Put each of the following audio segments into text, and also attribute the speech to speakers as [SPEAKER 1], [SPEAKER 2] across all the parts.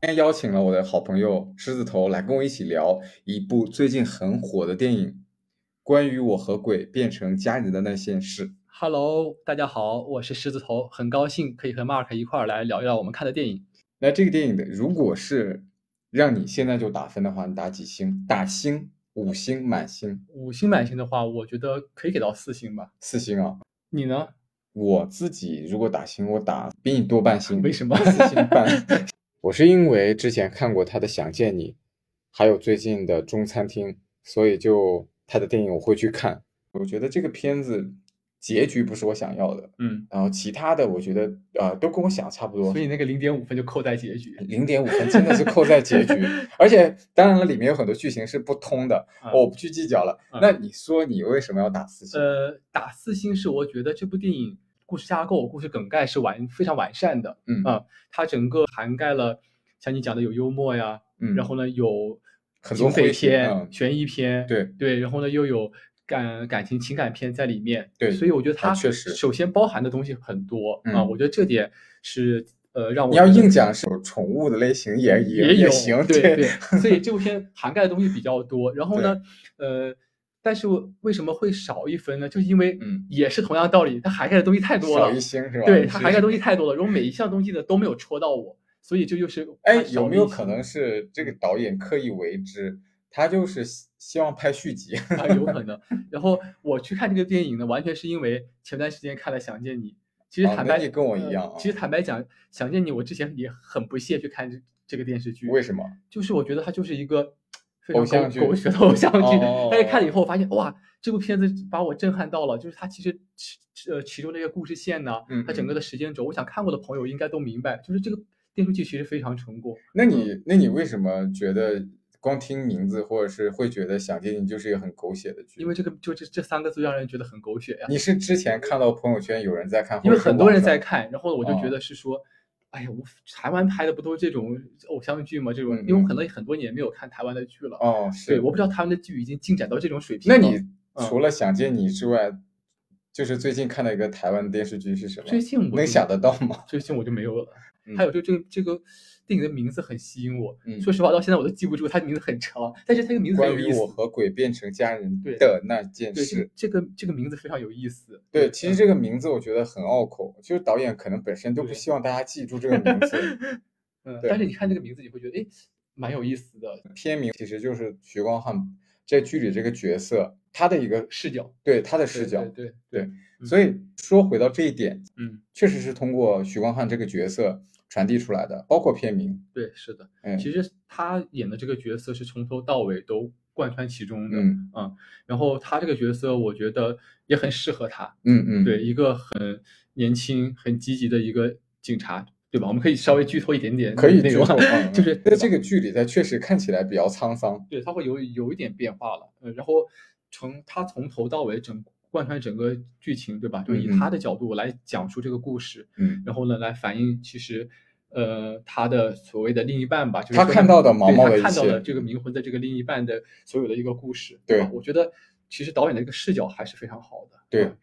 [SPEAKER 1] 天邀请了我的好朋友狮子头来跟我一起聊一部最近很火的电影，关于我和鬼变成家人的那些事。
[SPEAKER 2] Hello，大家好，我是狮子头，很高兴可以和 Mark 一块儿来聊一聊我们看的电影。
[SPEAKER 1] 那这个电影的，如果是让你现在就打分的话，你打几星？打星，五星，满星，
[SPEAKER 2] 五星满星的话，我觉得可以给到四星吧。
[SPEAKER 1] 四星啊！
[SPEAKER 2] 你呢？
[SPEAKER 1] 我自己如果打星，我打比你多半星，
[SPEAKER 2] 为什么
[SPEAKER 1] 四星半。 我是因为之前看过他的《想见你》，还有最近的《中餐厅》，所以就他的电影我会去看。我觉得这个片子结局不是我想要的，
[SPEAKER 2] 嗯，
[SPEAKER 1] 然后其他的我觉得呃都跟我想差不多
[SPEAKER 2] 所，以那个零点五分就扣在结局。
[SPEAKER 1] 零点五分真的是扣在结 局，而且当然了，里面有很多剧情是不通的，
[SPEAKER 2] 啊
[SPEAKER 1] 我不去计较了。
[SPEAKER 2] 嗯
[SPEAKER 1] 那你说你为什么要打四星？
[SPEAKER 2] 呃，打四星是我觉得这部电影故事架构、故事梗概是完非常完善的，
[SPEAKER 1] 嗯
[SPEAKER 2] 啊，它整个涵盖了像你讲的有幽默呀，
[SPEAKER 1] 嗯，
[SPEAKER 2] 然后呢有
[SPEAKER 1] 很
[SPEAKER 2] 警
[SPEAKER 1] 多
[SPEAKER 2] 匪
[SPEAKER 1] 诙谐
[SPEAKER 2] 片、
[SPEAKER 1] 嗯
[SPEAKER 2] 悬疑片，
[SPEAKER 1] 对
[SPEAKER 2] 对，然后呢又有感感情情感片在里面，
[SPEAKER 1] 对
[SPEAKER 2] 所以我觉得
[SPEAKER 1] 啊
[SPEAKER 2] 它
[SPEAKER 1] 确实
[SPEAKER 2] 首先包含的东西很多、啊，
[SPEAKER 1] 嗯
[SPEAKER 2] 我觉得这点是呃让我
[SPEAKER 1] 你要
[SPEAKER 2] 觉得
[SPEAKER 1] 硬讲是有宠物的类型也也
[SPEAKER 2] 嗯也有
[SPEAKER 1] 行，
[SPEAKER 2] 对，所以这部片涵盖的东西比较多。然后呢，呃，但是我为什么会少一分呢？就是因为
[SPEAKER 1] 嗯
[SPEAKER 2] 也是同样道理，它涵盖的东西太多
[SPEAKER 1] 少
[SPEAKER 2] 了
[SPEAKER 1] 一，星是吧？
[SPEAKER 2] 对它涵盖的东
[SPEAKER 1] 西。
[SPEAKER 2] 西太多了，然后每一项东西呢都没有戳到我，所以这就是
[SPEAKER 1] 哎
[SPEAKER 2] 它，少
[SPEAKER 1] 有
[SPEAKER 2] 了
[SPEAKER 1] 没
[SPEAKER 2] 一
[SPEAKER 1] 有
[SPEAKER 2] 些
[SPEAKER 1] 可能是这个导演刻意为之？他就是希希望拍续集。
[SPEAKER 2] 啊，有可能。然后我去看这个电影呢，完全是因为前段时间看了《想见你》，其实
[SPEAKER 1] 哦
[SPEAKER 2] 坦
[SPEAKER 1] 那
[SPEAKER 2] 白、
[SPEAKER 1] 你跟我一
[SPEAKER 2] 呃
[SPEAKER 1] 样啊
[SPEAKER 2] 其实坦白讲，《想见你》我之前也很不屑去看这这个电视剧，
[SPEAKER 1] 为什么？
[SPEAKER 2] 就是我觉得它就是一个非常
[SPEAKER 1] 偶像
[SPEAKER 2] 狗
[SPEAKER 1] 剧
[SPEAKER 2] 狗血的偶像剧，
[SPEAKER 1] 哦
[SPEAKER 2] 但是看了以后发现，哇，这部片子把我震撼到了，就是它其实其呃其中的一个故事线呢，它整
[SPEAKER 1] 嗯嗯
[SPEAKER 2] 个的时间轴，我想看过的朋友应该都明白，就是这个电视剧其实非常成功。
[SPEAKER 1] 那你那你为什么觉得光听名字或者是会觉得《想见你》就是一个很狗血的剧？
[SPEAKER 2] 因为这个就这这三个字让人觉得很狗血呀、
[SPEAKER 1] 你是之前看到朋友圈有人在看，
[SPEAKER 2] 因为很多人在
[SPEAKER 1] 看。
[SPEAKER 2] 看，然后我就觉
[SPEAKER 1] 哦
[SPEAKER 2] 得是说，哎呀，我台湾拍的不都是这种偶像剧吗？这种，
[SPEAKER 1] 嗯
[SPEAKER 2] 因为我
[SPEAKER 1] 嗯
[SPEAKER 2] 可能很多年没有看台湾的剧了，
[SPEAKER 1] 哦，
[SPEAKER 2] 对，
[SPEAKER 1] 是。
[SPEAKER 2] 我不知道他们的剧已经进展到这种水平
[SPEAKER 1] 那
[SPEAKER 2] 了。
[SPEAKER 1] 你
[SPEAKER 2] 嗯
[SPEAKER 1] 除了《想见你》之外，就是最近看的一个台湾电视剧是什么？
[SPEAKER 2] 最近我
[SPEAKER 1] 能
[SPEAKER 2] 就
[SPEAKER 1] 想得到吗？
[SPEAKER 2] 最近我就没有了。还有就这个这个电影的名字很吸引我，
[SPEAKER 1] 嗯
[SPEAKER 2] 说实话到现在我都记不住它名字很长，但是它这个名字很
[SPEAKER 1] 关
[SPEAKER 2] 有
[SPEAKER 1] 于
[SPEAKER 2] 意
[SPEAKER 1] 我
[SPEAKER 2] 思。
[SPEAKER 1] 和鬼变成家人
[SPEAKER 2] 对
[SPEAKER 1] 的那件
[SPEAKER 2] 对，这
[SPEAKER 1] 事
[SPEAKER 2] 个。这个这个名字非常有意思。
[SPEAKER 1] 对，其实
[SPEAKER 2] 嗯
[SPEAKER 1] 这个名字我觉得很拗口，就是导演可能本身都不
[SPEAKER 2] 对
[SPEAKER 1] 希望大家记住这个名字。
[SPEAKER 2] 嗯，
[SPEAKER 1] 对
[SPEAKER 2] 但是你看这个名字，你会觉得哎，蛮有意思的
[SPEAKER 1] 片名其实就是徐光汉在剧里这个角色他的一个
[SPEAKER 2] 视角。
[SPEAKER 1] 对他的
[SPEAKER 2] 对
[SPEAKER 1] 视角，
[SPEAKER 2] 对对，嗯
[SPEAKER 1] 所以说回到这一点，
[SPEAKER 2] 嗯，
[SPEAKER 1] 确实是通过徐光汉这个角色传递出来的，包括片名。
[SPEAKER 2] 对，是的。
[SPEAKER 1] 嗯
[SPEAKER 2] 其实他演的这个角色是从头到尾都贯穿其中的，
[SPEAKER 1] 嗯
[SPEAKER 2] 然后他这个角色我觉得也很适合他，
[SPEAKER 1] 嗯嗯，
[SPEAKER 2] 对，一个很年轻、很积极的一个警察，对吧？我们可以稍微剧透一点点
[SPEAKER 1] 可以
[SPEAKER 2] 内
[SPEAKER 1] 剧
[SPEAKER 2] 容啊，
[SPEAKER 1] 透。嗯
[SPEAKER 2] 就是
[SPEAKER 1] 在这个剧里，他确实看起来比较沧桑。
[SPEAKER 2] 对，他会有有一点变化了，呃，然后从他从头到尾整贯穿整个剧情，对吧？就以
[SPEAKER 1] 嗯嗯
[SPEAKER 2] 他的角度来讲述这个故事，
[SPEAKER 1] 嗯，
[SPEAKER 2] 然后呢，来反映其实，呃，他的所谓的另一半吧，就是
[SPEAKER 1] 他
[SPEAKER 2] 说
[SPEAKER 1] 看到的毛
[SPEAKER 2] 对
[SPEAKER 1] 毛
[SPEAKER 2] 他
[SPEAKER 1] 的一
[SPEAKER 2] 看到
[SPEAKER 1] 切
[SPEAKER 2] 的这个冥婚的这个另一半的所有的一个故事。
[SPEAKER 1] 对
[SPEAKER 2] 啊我觉得其实导演的一个视角还是非常好的。
[SPEAKER 1] 对
[SPEAKER 2] 啊，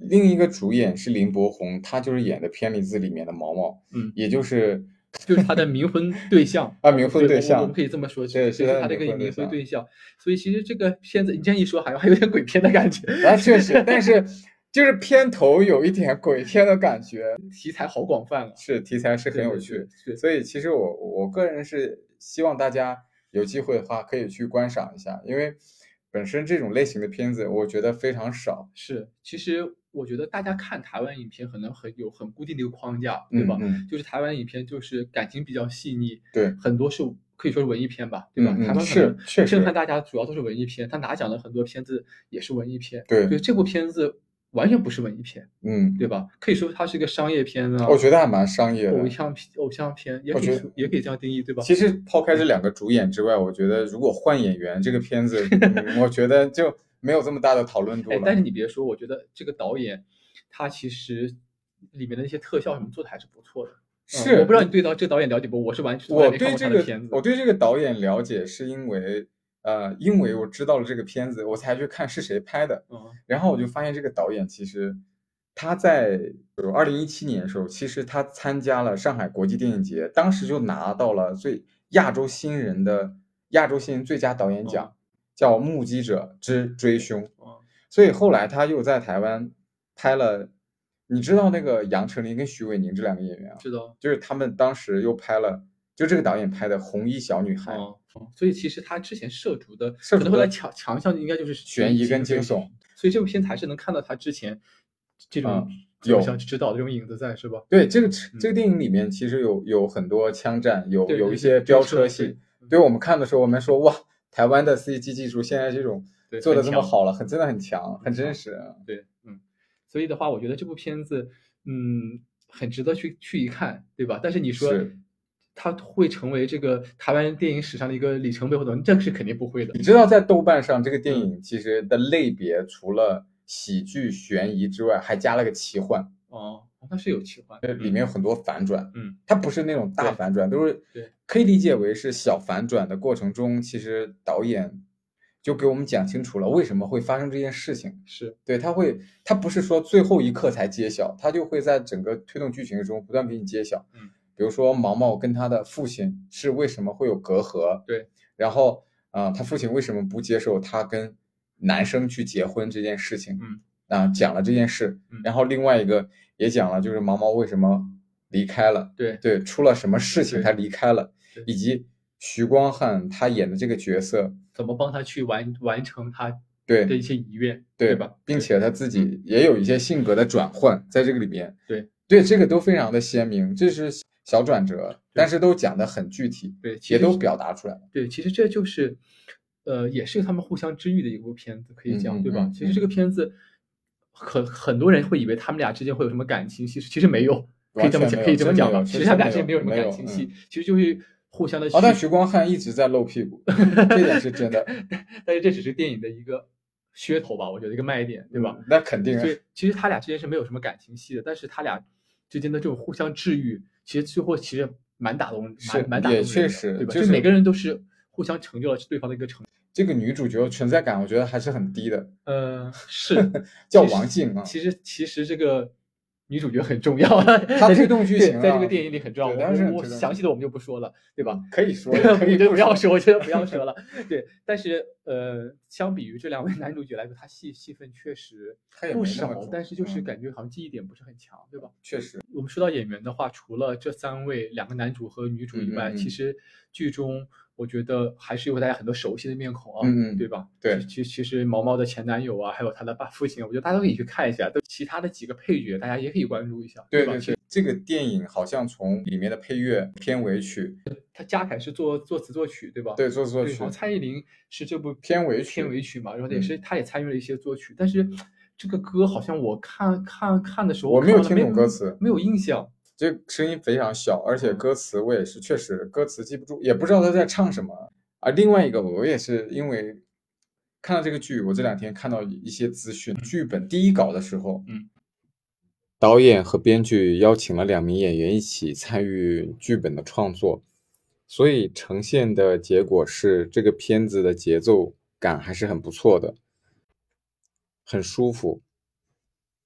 [SPEAKER 1] 另一个主演是林柏宏，他就是演的《偏离子》里面的毛毛，
[SPEAKER 2] 嗯，
[SPEAKER 1] 也就是。
[SPEAKER 2] 就是他的冥婚对象
[SPEAKER 1] 啊冥婚
[SPEAKER 2] 对我
[SPEAKER 1] 象，
[SPEAKER 2] 我们可以这么说，
[SPEAKER 1] 对，
[SPEAKER 2] 就是他的一
[SPEAKER 1] 冥
[SPEAKER 2] 个
[SPEAKER 1] 婚
[SPEAKER 2] 冥婚
[SPEAKER 1] 象
[SPEAKER 2] 对象，所以其实这个片子你这样一说，好像还有点鬼片的感觉。
[SPEAKER 1] 啊，确实，但是就是片头有一点鬼片的感觉，
[SPEAKER 2] 题材好广泛啊，
[SPEAKER 1] 是题材是很
[SPEAKER 2] 对
[SPEAKER 1] 有
[SPEAKER 2] 对
[SPEAKER 1] 趣。
[SPEAKER 2] 对对
[SPEAKER 1] 所以其实我我个人是希望大家有机会的话可以去观赏一下，因为本身这种类型的片子我觉得非常少，
[SPEAKER 2] 是，其实我觉得大家看台湾影片可能很有很固定的一个框架，对吧？
[SPEAKER 1] 嗯，
[SPEAKER 2] 就是台湾影片就是感情比较细腻，
[SPEAKER 1] 对
[SPEAKER 2] 很多是可以说是文艺片吧，对吧？
[SPEAKER 1] 嗯嗯
[SPEAKER 2] 台湾
[SPEAKER 1] 是确实
[SPEAKER 2] 震撼大家主要都是文艺片，他拿奖的很多片子也是文艺片，
[SPEAKER 1] 对
[SPEAKER 2] 对，这部片子完全不是文艺片，
[SPEAKER 1] 嗯，
[SPEAKER 2] 对吧？可以说它是一个商业片啊，
[SPEAKER 1] 我觉得还蛮商业
[SPEAKER 2] 偶
[SPEAKER 1] 的。
[SPEAKER 2] 像片偶像片也
[SPEAKER 1] 我
[SPEAKER 2] 可以
[SPEAKER 1] 觉得
[SPEAKER 2] 说也可以这样定义，对吧？
[SPEAKER 1] 其实抛开这两个主演之外，我觉得如果换演员，这个片子， 嗯我觉得就没有这么大的讨论度
[SPEAKER 2] 哎
[SPEAKER 1] 了。，嗯
[SPEAKER 2] 但是你别说，我觉得这个导演他其实里面的那些特效什么做的还是不错的。嗯
[SPEAKER 1] 是
[SPEAKER 2] 我不知道你对到这个导演了解不？我是完全从来
[SPEAKER 1] 我
[SPEAKER 2] 没看
[SPEAKER 1] 对
[SPEAKER 2] 过
[SPEAKER 1] 这
[SPEAKER 2] 他
[SPEAKER 1] 个
[SPEAKER 2] 的片子。
[SPEAKER 1] 我对这个导演了解是因为，呃，因为我知道了这个片子，我才去看是谁拍的。
[SPEAKER 2] 嗯
[SPEAKER 1] 然后我就发现这个导演其实他在二零一七年的时候，其实他参加了上海国际电影节，当时就拿到了最亚洲新人的亚洲新人最佳导演奖，叫《目击者之追凶》。
[SPEAKER 2] 哦
[SPEAKER 1] 所以后来他又在台湾拍了，你知道那个杨丞琳跟徐伟宁这两个演员啊，
[SPEAKER 2] 知道。
[SPEAKER 1] 就是他们当时又拍了，就这个导演拍的《红衣小女孩》，
[SPEAKER 2] 哦，所以其实他之前涉足的
[SPEAKER 1] 涉足
[SPEAKER 2] 可能后来
[SPEAKER 1] 的
[SPEAKER 2] 强强项应该就是
[SPEAKER 1] 悬疑跟惊
[SPEAKER 2] 惊
[SPEAKER 1] 悚，
[SPEAKER 2] 所以这部片才是能看到他之前这种
[SPEAKER 1] 嗯
[SPEAKER 2] 这种
[SPEAKER 1] 有
[SPEAKER 2] 想指导的这种影子在，是吧？
[SPEAKER 1] 对，这个这
[SPEAKER 2] 嗯
[SPEAKER 1] 个电影里面其实有有很多枪战，有
[SPEAKER 2] 对
[SPEAKER 1] 有
[SPEAKER 2] 对
[SPEAKER 1] 一
[SPEAKER 2] 对
[SPEAKER 1] 些
[SPEAKER 2] 飙
[SPEAKER 1] 飙
[SPEAKER 2] 车
[SPEAKER 1] 车
[SPEAKER 2] 对
[SPEAKER 1] 戏。
[SPEAKER 2] 嗯
[SPEAKER 1] 对我们看的时候，我们说哇，台湾的 CG 技术现在这种
[SPEAKER 2] 对，
[SPEAKER 1] 做的
[SPEAKER 2] 很
[SPEAKER 1] 这么
[SPEAKER 2] 强嗯
[SPEAKER 1] 好了，很真的很强，很
[SPEAKER 2] 很
[SPEAKER 1] 真
[SPEAKER 2] 强
[SPEAKER 1] 实。啊
[SPEAKER 2] 对，嗯，所以的话，我觉得这部片子，嗯，很值得去去一看，对吧？但是你说
[SPEAKER 1] 是
[SPEAKER 2] 它会成为这个台湾电影史上的一个里程碑或者这个是肯定不会的
[SPEAKER 1] 你。知道在豆瓣上这个
[SPEAKER 2] 嗯
[SPEAKER 1] 电影其实的类别除了喜剧、悬疑之外，还加了个奇幻，
[SPEAKER 2] 哦，那是有奇幻，
[SPEAKER 1] 呃里面有很多反转。
[SPEAKER 2] 嗯，
[SPEAKER 1] 它不是那种大
[SPEAKER 2] 对
[SPEAKER 1] 反转，都是
[SPEAKER 2] 对
[SPEAKER 1] 可以理解为是小反转的过程中，其实导演就给我们讲清楚了为什么会发生这件事情。
[SPEAKER 2] 嗯是
[SPEAKER 1] 对，他会，他不是说最后一刻才揭晓，他就会在整个推动剧情中不断给你揭晓。
[SPEAKER 2] 嗯，
[SPEAKER 1] 比如说毛毛跟他的父亲是为什么会有隔阂？
[SPEAKER 2] 对，
[SPEAKER 1] 然后啊、呃他父亲为什么不接受他跟男生去结婚这件事情？
[SPEAKER 2] 嗯，
[SPEAKER 1] 啊、讲了这件事
[SPEAKER 2] 嗯，
[SPEAKER 1] 然后另外一个也讲了，就是毛毛为什么离开了，
[SPEAKER 2] 对，
[SPEAKER 1] 对，出了什么事情
[SPEAKER 2] 对
[SPEAKER 1] 他离开了
[SPEAKER 2] 对，
[SPEAKER 1] 以及徐光汉他演的这个角色，
[SPEAKER 2] 怎么帮他去完完成他
[SPEAKER 1] 对
[SPEAKER 2] 的一些遗愿，
[SPEAKER 1] 对
[SPEAKER 2] 吧？？
[SPEAKER 1] 并且他自己也有一些性格的转换在这个里边，
[SPEAKER 2] 嗯对
[SPEAKER 1] 对，这个都非常的鲜明，这是小转折，
[SPEAKER 2] 对
[SPEAKER 1] 但是都讲的很具体，
[SPEAKER 2] 对，其
[SPEAKER 1] 也
[SPEAKER 2] 实
[SPEAKER 1] 都
[SPEAKER 2] 是
[SPEAKER 1] 表达出来了。
[SPEAKER 2] 对，其实这就是，呃，也是他们互相治愈的一部片子，可以讲，
[SPEAKER 1] 嗯
[SPEAKER 2] 对吧？
[SPEAKER 1] 嗯
[SPEAKER 2] 其实这个片子，很很多人会以为他们俩之间会有什么感情戏，其实没有，可以
[SPEAKER 1] 完
[SPEAKER 2] 这么
[SPEAKER 1] 全
[SPEAKER 2] 讲，
[SPEAKER 1] 没
[SPEAKER 2] 可以
[SPEAKER 1] 有
[SPEAKER 2] 这么
[SPEAKER 1] 真
[SPEAKER 2] 讲
[SPEAKER 1] 没
[SPEAKER 2] 吧。
[SPEAKER 1] 有
[SPEAKER 2] 其
[SPEAKER 1] 真
[SPEAKER 2] 实他们
[SPEAKER 1] 没
[SPEAKER 2] 俩之间
[SPEAKER 1] 有
[SPEAKER 2] 没有什么
[SPEAKER 1] 没
[SPEAKER 2] 感
[SPEAKER 1] 有
[SPEAKER 2] 情
[SPEAKER 1] 嗯
[SPEAKER 2] 戏，其实就是互相的
[SPEAKER 1] 哦，但
[SPEAKER 2] 去
[SPEAKER 1] 徐光汉一直在露屁 股，这点是真的，
[SPEAKER 2] 但是这只是电影的一个噱头吧，我觉得一个卖点，对吧？
[SPEAKER 1] 嗯？那肯定啊
[SPEAKER 2] 所，以其实他俩之间是没有什么感情戏的，但是他俩之间的这种互相治愈，其实最后其实蛮打动，
[SPEAKER 1] 是
[SPEAKER 2] 蛮蛮打动
[SPEAKER 1] 也
[SPEAKER 2] 人的，
[SPEAKER 1] 确实
[SPEAKER 2] 对吧？
[SPEAKER 1] 就
[SPEAKER 2] 每
[SPEAKER 1] 是
[SPEAKER 2] 个人都是互相成就了对方的一个成，
[SPEAKER 1] 这个女主角存在感我觉得还是很低的，
[SPEAKER 2] 呃， 是
[SPEAKER 1] 叫
[SPEAKER 2] 其实
[SPEAKER 1] 王静啊，
[SPEAKER 2] 其实其实这个女主角很重要，
[SPEAKER 1] 她
[SPEAKER 2] 她
[SPEAKER 1] 推动剧情
[SPEAKER 2] 在这
[SPEAKER 1] 了
[SPEAKER 2] 个电影里很重要。
[SPEAKER 1] 对
[SPEAKER 2] 我
[SPEAKER 1] 当然是
[SPEAKER 2] 们
[SPEAKER 1] 很
[SPEAKER 2] 我
[SPEAKER 1] 推动
[SPEAKER 2] 详细的我们就不说了，对吧？
[SPEAKER 1] 可以 说，
[SPEAKER 2] 我
[SPEAKER 1] 可以
[SPEAKER 2] 觉得不要
[SPEAKER 1] 说，
[SPEAKER 2] 说，我觉得不要说了。对，但是呃，相比于这两位男主角来说，他戏戏份确实
[SPEAKER 1] 她也
[SPEAKER 2] 不
[SPEAKER 1] 没那么
[SPEAKER 2] 少
[SPEAKER 1] 重，
[SPEAKER 2] 但是就是
[SPEAKER 1] 嗯
[SPEAKER 2] 感觉好像记忆点不是很强，对吧？
[SPEAKER 1] 确实
[SPEAKER 2] 我们说到演员的话，除了这三位两个男主和女主以外，
[SPEAKER 1] 嗯嗯嗯
[SPEAKER 2] 其实剧中我觉得还是有大家很多熟悉的面孔啊，
[SPEAKER 1] 嗯嗯
[SPEAKER 2] 对吧？
[SPEAKER 1] 对
[SPEAKER 2] 其其其实毛毛的前男友啊，还有他的爸父亲，我觉得大家都可以去看一下。都其他的几个配角，大家也可以关注一下，
[SPEAKER 1] 对
[SPEAKER 2] 吧？
[SPEAKER 1] 对
[SPEAKER 2] 其实
[SPEAKER 1] 对，这个电影好像从里面的配乐、片尾曲，
[SPEAKER 2] 他嘉凯是做作词作曲，对吧？
[SPEAKER 1] 对，作作
[SPEAKER 2] 对，
[SPEAKER 1] 曲
[SPEAKER 2] 然后，蔡依林是这部
[SPEAKER 1] 片尾曲
[SPEAKER 2] 片尾曲嘛，然后也
[SPEAKER 1] 嗯
[SPEAKER 2] 是她也参与了一些作曲，但是这个歌好像我看看看的时候，
[SPEAKER 1] 我没有
[SPEAKER 2] 看完了
[SPEAKER 1] 听懂歌词
[SPEAKER 2] 没有印象。
[SPEAKER 1] 这个声音非常小，而且
[SPEAKER 2] 嗯
[SPEAKER 1] 歌词我也是确实歌词记不住，也不知道他在唱什么。啊，另外一个我也是因为看到这个剧，我这两天看到一些资讯，剧本第一稿的时候，
[SPEAKER 2] 嗯，
[SPEAKER 1] 导演和编剧邀请了两名演员一起参与剧本的创作，所以呈现的结果是这个片子的节奏感还是很不错的，很舒服。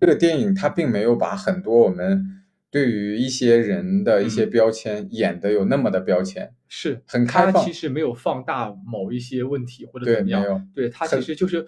[SPEAKER 1] 这个电影它并没有把很多我们对于一些人的一些
[SPEAKER 2] 嗯
[SPEAKER 1] 标签演的有那么的标签，
[SPEAKER 2] 是
[SPEAKER 1] 很
[SPEAKER 2] 他
[SPEAKER 1] 开放
[SPEAKER 2] 其，实没有放大某一些问题或者
[SPEAKER 1] 对，
[SPEAKER 2] 怎么
[SPEAKER 1] 没
[SPEAKER 2] 样，
[SPEAKER 1] 有，
[SPEAKER 2] 对他
[SPEAKER 1] 很
[SPEAKER 2] 其实就是，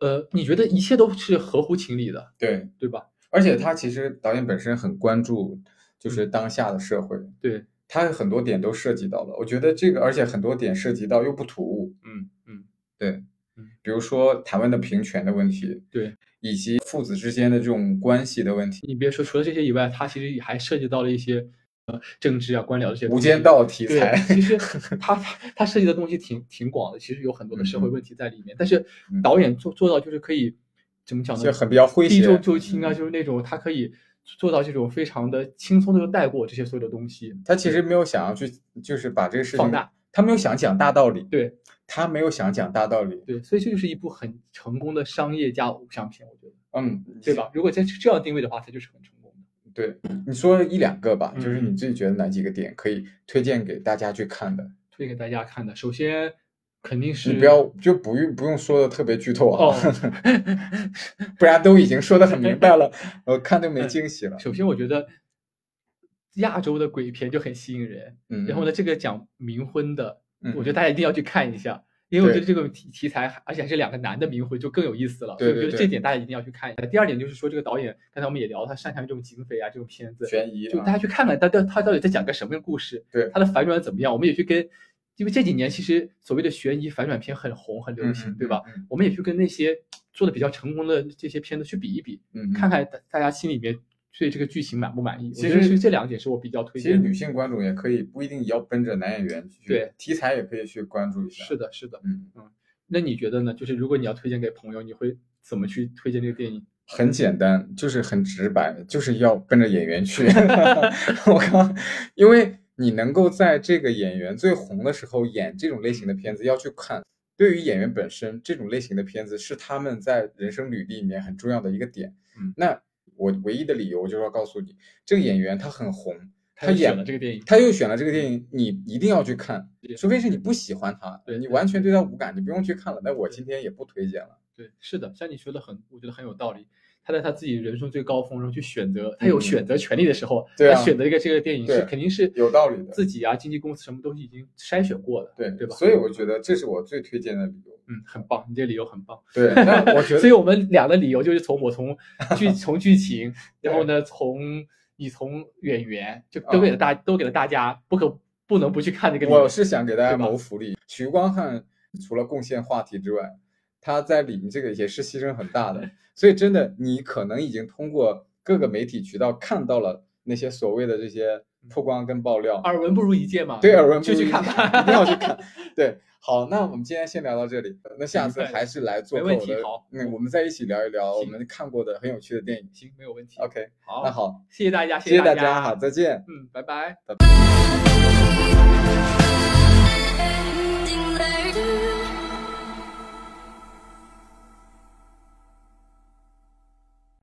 [SPEAKER 2] 呃，你觉得一切都是合乎情理的，
[SPEAKER 1] 对，
[SPEAKER 2] 对吧？
[SPEAKER 1] 而且他其实导演本身很关注就是
[SPEAKER 2] 嗯
[SPEAKER 1] 当下的社会，
[SPEAKER 2] 对，
[SPEAKER 1] 他很多点都涉及到了，我觉得这个而且很多点涉及到又不突兀，
[SPEAKER 2] 嗯嗯，
[SPEAKER 1] 对
[SPEAKER 2] 嗯，
[SPEAKER 1] 比如说台湾的平权的问题，
[SPEAKER 2] 对，
[SPEAKER 1] 以及父子之间的这种关系的问题，
[SPEAKER 2] 你别说，除了这些以外，他其实也还涉及到了一些呃政治啊、官僚这些
[SPEAKER 1] 无
[SPEAKER 2] 东
[SPEAKER 1] 间
[SPEAKER 2] 西。
[SPEAKER 1] 道题材
[SPEAKER 2] 对，，其实他他他涉及的东西挺挺广的，其实有很多的社会
[SPEAKER 1] 嗯嗯
[SPEAKER 2] 问题在里面。但是
[SPEAKER 1] 嗯
[SPEAKER 2] 导演做做到就是可以怎么讲呢？
[SPEAKER 1] 就很比较诙
[SPEAKER 2] 避
[SPEAKER 1] 谐
[SPEAKER 2] 重就轻啊，
[SPEAKER 1] 嗯
[SPEAKER 2] 就是那种他可以做到这种非常的轻松的就带过这些所有的东西。
[SPEAKER 1] 他其实没有想要去就是把这个事情
[SPEAKER 2] 放大，
[SPEAKER 1] 他没有想讲大道理，
[SPEAKER 2] 对，
[SPEAKER 1] 他没有想讲大道理，
[SPEAKER 2] 对，所以这就是一部很成功的商业加偶像片，我觉得，
[SPEAKER 1] 嗯，
[SPEAKER 2] 对吧？如果这这样定位的话，它就是很成功的。
[SPEAKER 1] 对，你说一两个吧，就是
[SPEAKER 2] 嗯
[SPEAKER 1] 你
[SPEAKER 2] 嗯
[SPEAKER 1] 自己觉得哪几个点可以推荐给大家去看的？
[SPEAKER 2] 推荐给大家看的，首先肯定是
[SPEAKER 1] 你不要就不用不用说的特别剧透
[SPEAKER 2] 嗯哦
[SPEAKER 1] 啊，
[SPEAKER 2] 嗯
[SPEAKER 1] 不然都已经说的很明白了，我看都没惊喜了。
[SPEAKER 2] 首先，我觉得亚洲的鬼片就很吸引人。
[SPEAKER 1] 嗯，
[SPEAKER 2] 然后呢，这个讲冥婚的，
[SPEAKER 1] 嗯，
[SPEAKER 2] 我觉得大家一定要去看一下，因为我觉
[SPEAKER 1] 对
[SPEAKER 2] 得这个题题材，而且还是两个男的冥婚，就更有意思了。
[SPEAKER 1] 对
[SPEAKER 2] 所以
[SPEAKER 1] 对
[SPEAKER 2] 我觉得
[SPEAKER 1] 对
[SPEAKER 2] 这点大家一定要去看一下。第二点就是说，这个导演刚才我们也聊，他擅长于这种警匪啊这种片子，
[SPEAKER 1] 悬疑
[SPEAKER 2] 就
[SPEAKER 1] 啊
[SPEAKER 2] 大家去看看他到他到底在讲个什么故事，
[SPEAKER 1] 对
[SPEAKER 2] 他的反转怎么样？我们也去跟，因为这几年其实所谓的悬疑反转片很红很流行，
[SPEAKER 1] 嗯
[SPEAKER 2] 对吧？？
[SPEAKER 1] 嗯
[SPEAKER 2] 我们也去跟那些做的比较成功的这些片子去比一比，
[SPEAKER 1] 嗯，嗯
[SPEAKER 2] 看。看大大家心里面对这个剧情满不满意。
[SPEAKER 1] 其
[SPEAKER 2] 我觉得
[SPEAKER 1] 实
[SPEAKER 2] 是这两点是我比较推
[SPEAKER 1] 其实
[SPEAKER 2] 荐的。
[SPEAKER 1] 女性观众也可以，不一定要奔着男演员去，
[SPEAKER 2] 对
[SPEAKER 1] 题材也可以去关注一下。
[SPEAKER 2] 是，的，是的。
[SPEAKER 1] 嗯，
[SPEAKER 2] 那你觉得呢？就是如果你要推荐给朋友，你会怎么去推荐这个电影？
[SPEAKER 1] 很简单，就是很直白，就是要奔着演员 去。我靠，因为你能够在这个演员最红的时候演这种类型的片子，要去看。对于演员本身，这种类型的片子是他们在人生履历里面很重要的一个点。
[SPEAKER 2] 嗯
[SPEAKER 1] 那我唯一的理由就是要告诉你，这个演员他很红，
[SPEAKER 2] 又
[SPEAKER 1] 演
[SPEAKER 2] 选了这个电影，
[SPEAKER 1] 他又选了这个电影，你一定要去看，除非是你不喜欢他，
[SPEAKER 2] 对
[SPEAKER 1] 你
[SPEAKER 2] 对
[SPEAKER 1] 完全对他无感，你不用去看了。但我
[SPEAKER 2] 对
[SPEAKER 1] 今天也不推荐了。
[SPEAKER 2] 对，是的，像你说的很，我觉得很有道理。他在他自己人生最高峰上去选择，他有
[SPEAKER 1] 嗯
[SPEAKER 2] 选择权利的时候，
[SPEAKER 1] 对啊
[SPEAKER 2] 他选择一个这个电影
[SPEAKER 1] 对
[SPEAKER 2] 是肯定是
[SPEAKER 1] 有道理的
[SPEAKER 2] 自己啊，经纪公司什么东西已经筛选过的，
[SPEAKER 1] 对
[SPEAKER 2] 对吧？
[SPEAKER 1] 所以我觉得这是我最推荐的理由。
[SPEAKER 2] 嗯，很棒，你这理由很棒。
[SPEAKER 1] 对，那我觉得
[SPEAKER 2] 所以我们俩的理由就是从我从剧从 剧情，然后呢从你从演员，
[SPEAKER 1] 嗯
[SPEAKER 2] 就都给了大、都给了大家不可不能不去看这个理由。
[SPEAKER 1] 我是想给大家
[SPEAKER 2] 对吧
[SPEAKER 1] 谋福利。许光汉除了贡献话题之外，他在里面这个也是牺牲很大的。所以真的，你可能已经通过各个媒体渠道看到了那些所谓的这些曝光跟爆料，
[SPEAKER 2] 耳闻不如一见嘛，
[SPEAKER 1] 对，耳闻
[SPEAKER 2] 嗯就
[SPEAKER 1] 目
[SPEAKER 2] 去
[SPEAKER 1] 一
[SPEAKER 2] 看
[SPEAKER 1] 见
[SPEAKER 2] 吧，
[SPEAKER 1] 一定要去看。对，好，那我们今天先聊到这里，那下
[SPEAKER 2] 明
[SPEAKER 1] 次
[SPEAKER 2] 白
[SPEAKER 1] 还是来做
[SPEAKER 2] 没
[SPEAKER 1] 客
[SPEAKER 2] 问
[SPEAKER 1] 我
[SPEAKER 2] 题
[SPEAKER 1] 的
[SPEAKER 2] 好
[SPEAKER 1] 嗯，我们再一起聊一聊我
[SPEAKER 2] 行
[SPEAKER 1] 们看过的很有趣的电影。
[SPEAKER 2] 行，没有问题。
[SPEAKER 1] OK，
[SPEAKER 2] 好，
[SPEAKER 1] 那，好，
[SPEAKER 2] 谢谢大家，
[SPEAKER 1] 谢谢
[SPEAKER 2] 大
[SPEAKER 1] 大家，好，再见。
[SPEAKER 2] 嗯，拜拜。